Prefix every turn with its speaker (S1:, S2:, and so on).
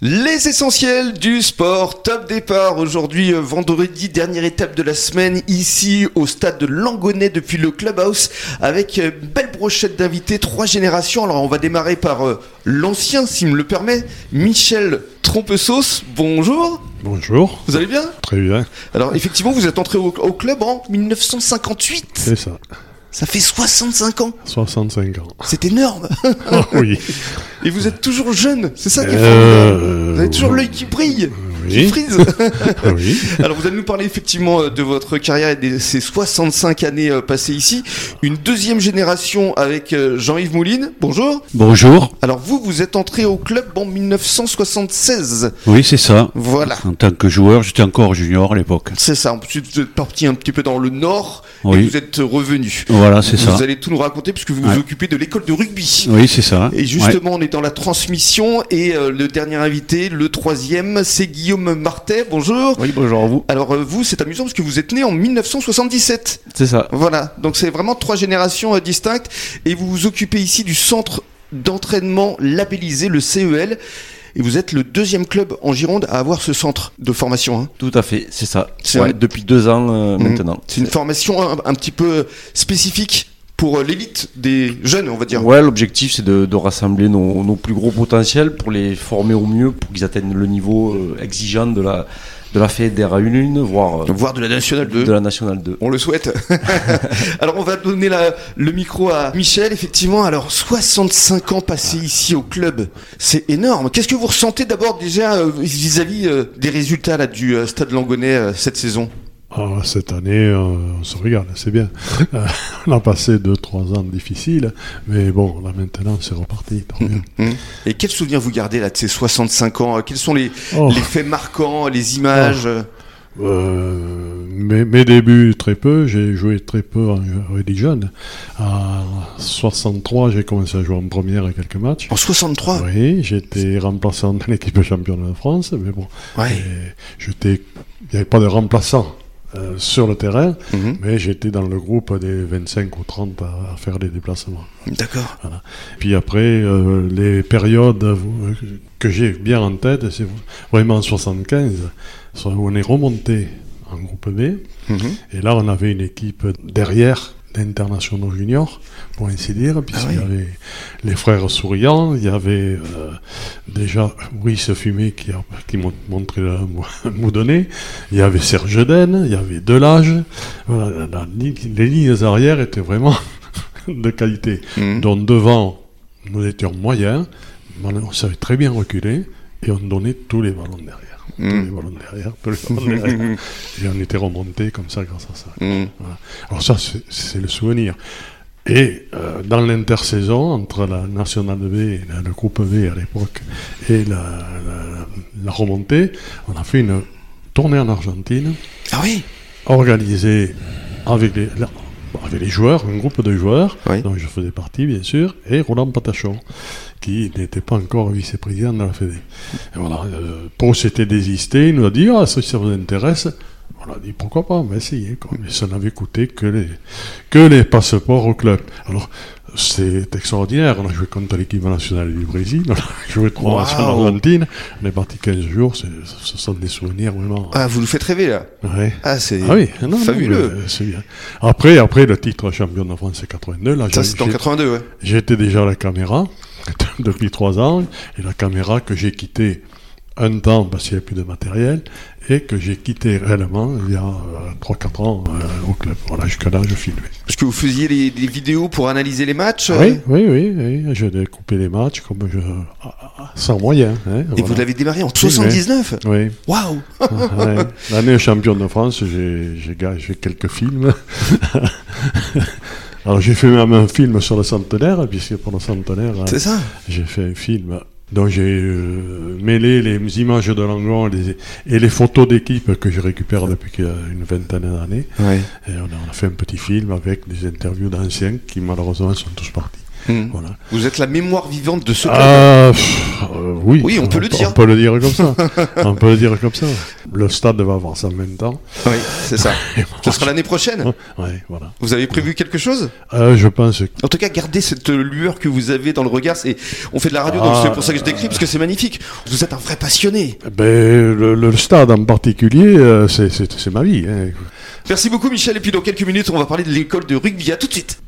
S1: Les essentiels du sport, top départ aujourd'hui euh, vendredi, dernière étape de la semaine ici au stade de Langonnet depuis le clubhouse avec euh, une belle brochette d'invités, trois générations. Alors on va démarrer par euh, l'ancien, s'il me le permet, Michel Trompesauce. Bonjour,
S2: Bonjour,
S1: vous allez bien
S2: très bien,
S1: Alors effectivement vous êtes entré au, au club en 1958,
S2: c'est ça,
S1: ça fait 65 ans,
S2: 65 ans.
S1: c'est énorme
S2: Ah oui,
S1: Et vous êtes toujours jeune, c'est ça qui est
S2: Euh,
S1: formidable. Vous avez toujours l'œil qui brille, qui
S2: oui,
S1: frise
S2: ah oui.
S1: Alors vous allez nous parler effectivement euh, de votre carrière et de ces 65 années euh, passées ici. Une deuxième génération avec euh, Jean-Yves Mouline. Bonjour.
S3: Bonjour,
S1: Alors vous, vous êtes entré au club en 1976.
S3: oui c'est ça.
S1: Voilà.
S3: En tant que joueur, j'étais encore junior à l'époque.
S1: C'est ça. Ensuite vous êtes parti un petit peu dans le nord et
S3: Oui.
S1: vous êtes euh, revenu.
S3: Voilà, c'est
S1: vous
S3: ça.
S1: allez tout nous raconter puisque vous
S3: Ouais.
S1: vous occupez de l'école de rugby.
S3: Oui, c'est ça.
S1: Et justement, on est dans la transmission et euh, le dernier invité, le troisième, c'est Guillaume Martet. Bonjour.
S4: Oui, bonjour à vous.
S1: Alors euh, vous, c'est amusant parce que vous êtes né en 1977.
S4: C'est ça.
S1: Voilà, donc c'est vraiment trois générations euh, distinctes et vous vous occupez ici du centre d'entraînement labellisé, le CEL. Et vous êtes le deuxième club en Gironde à avoir ce centre de formation. hein.
S4: Tout à fait, c'est ça.
S1: C'est
S4: Ouais,
S1: un-
S4: Depuis deux ans euh,
S1: Mhm.
S4: maintenant.
S1: C'est une formation un, un petit peu spécifique pour euh, l'élite des jeunes, on va dire.
S4: Ouais, l'objectif c'est de, de rassembler nos, nos plus gros potentiels pour les former au mieux, pour qu'ils atteignent le niveau euh, exigeant de la, de la FEDERA1, voire euh,
S1: Voire de la nationale 2.
S4: de la Nationale 2.
S1: On le souhaite. Alors on va donner la- le micro à Michel, effectivement. Alors 65 ans
S2: Ah.
S1: passés ici au club, c'est énorme. Qu'est-ce que vous ressentez d'abord déjà euh, vis-à-vis euh, des résultats là, du euh, Stade Langonnet euh, cette saison
S2: Ah, cette année, euh, on se regarde, c'est bien. Euh, on a passé 2-3 ans difficiles, mais bon, là maintenant, c'est reparti. tant mieux.
S1: Hmm Et quels souvenirs vous gardez là de ces 65 ans Euh, Quels sont les,
S2: Oh,
S1: les faits marquants, les images euh
S2: euh, mes, mes débuts, très peu, j'ai joué très peu en rugby jeune. À 63, j'ai commencé à jouer en première à quelques matchs.
S1: En 63
S2: Oui, j'étais remplaçant dans l'équipe championne de France, mais bon,
S1: Ouais.
S2: Et j'étais, il n'y avait pas de remplaçant euh, sur le terrain,
S1: Mhm.
S2: mais j'étais dans le groupe des 25 ou 30 à, à faire des déplacements.
S1: D'accord.
S2: Puis après, euh, les périodes euh, que j'ai bien en tête, c'est vraiment en 75, soit où on est remonté en groupe B,
S1: Mhm.
S2: et là on avait une équipe derrière d'internationaux juniors, pour ainsi dire, puisqu'il y
S1: oui.
S2: avait les frères souriants, il y avait euh, déjà Brice Fumé qui, a- qui m'a montré le moudonné, il y avait Serge Den, il y avait Delage, voilà, la- la ligne- les lignes arrières étaient vraiment de qualité.
S1: Mhm.
S2: Donc devant, nous étions moyens, mais on savait très bien reculer et on donnait tous les ballons derrière. Tous les
S1: Mhm.
S2: ballons derrière, tous les ballons derrière.
S1: Mhm.
S2: Et on était remonté comme ça grâce à ça.
S1: Mhm.
S2: Alors ça, c'est- c'est le souvenir. Et euh, dans l'intersaison entre la nationale B, et la- le groupe B à l'époque, et la, la- la remontée, on a fait une tournée en Argentine
S1: Ah oui
S2: organisé avec les, là, bon, avec les joueurs, un groupe de joueurs,
S1: Oui.
S2: dont je faisais partie bien sûr, et Roland Patachon, qui n'était pas encore vice-président de la FED. Et voilà, euh, Pau s'était désisté, il nous a dit Ah, si ça vous intéresse, on a dit pourquoi pas, mais essayez. quoi. Mais ça n'avait coûté que les, que les passeports au club. Alors, c'est extraordinaire. On a joué contre l'équipe nationale du Brésil, on a joué trois
S1: Wow.
S2: matchs en Argentine, on est parti 15 jours, c'est- ce sont des souvenirs vraiment.
S1: Ah, vous nous faites rêver là
S2: Ouais.
S1: Ah, c'est
S2: Ah oui, non, non,
S1: fabuleux
S2: mais c'est bien. Après, après le titre champion de France, c'est 82. Là,
S1: Ça,
S2: j'ai-
S1: c'était en
S2: j'ai-
S1: 82, ouais.
S2: j'étais déjà à la caméra depuis trois ans, et la caméra que j'ai quittée un temps parce qu'il n'y avait plus de matériel, et que j'ai quittée réellement il y a 3-4 ans euh, au club. Voilà, jusque-là, je filmais.
S1: Parce que vous faisiez les, les vidéos pour analyser les matchs euh,
S2: Ah Oui, oui, oui, oui, je découpais les matchs comme je, ah, ah, sans moyen. hein,
S1: Et
S2: voilà.
S1: vous l'avez démarré en
S2: Oui, mais-
S1: 79
S2: Oui.
S1: Waouh
S2: Ouais. L'année champion de France, j'ai j'ai ga- j'ai quelques films. Alors j'ai fait même un film sur le centenaire, puisque pour le centenaire,
S1: C'est ça
S2: j'ai fait un film dont j'ai euh, mêlé les images de Langon et les, et les photos d'équipe que je récupère depuis qu'il y a une vingtaine d'années.
S1: Ouais.
S2: Et on a, on a fait un petit film avec des interviews d'anciens qui malheureusement sont tous partis.
S1: Mm.
S2: Voilà.
S1: Vous êtes la mémoire vivante de ce club.
S2: Ah, pff, euh, oui,
S1: Oui, on peut le dire.
S2: On peut le dire comme ça. on peut le dire comme ça. Le stade va avancer en même temps.
S1: Oui, c'est ça. Ce sera l'année prochaine.
S2: Ouais, voilà.
S1: Vous avez prévu quelque chose
S2: Euh, je pense que
S1: En tout cas, gardez cette lueur que vous avez dans le regard. C'est, on fait de la radio, donc
S2: Ah,
S1: c'est pour ça que je décris, parce que c'est magnifique. Vous êtes un vrai passionné.
S2: ben, le, le stade en particulier, euh, c'est- c'est c'est ma vie. hein.
S1: Merci beaucoup, Michel. Et puis, dans quelques minutes, on va parler de l'école de rugby. À tout de suite.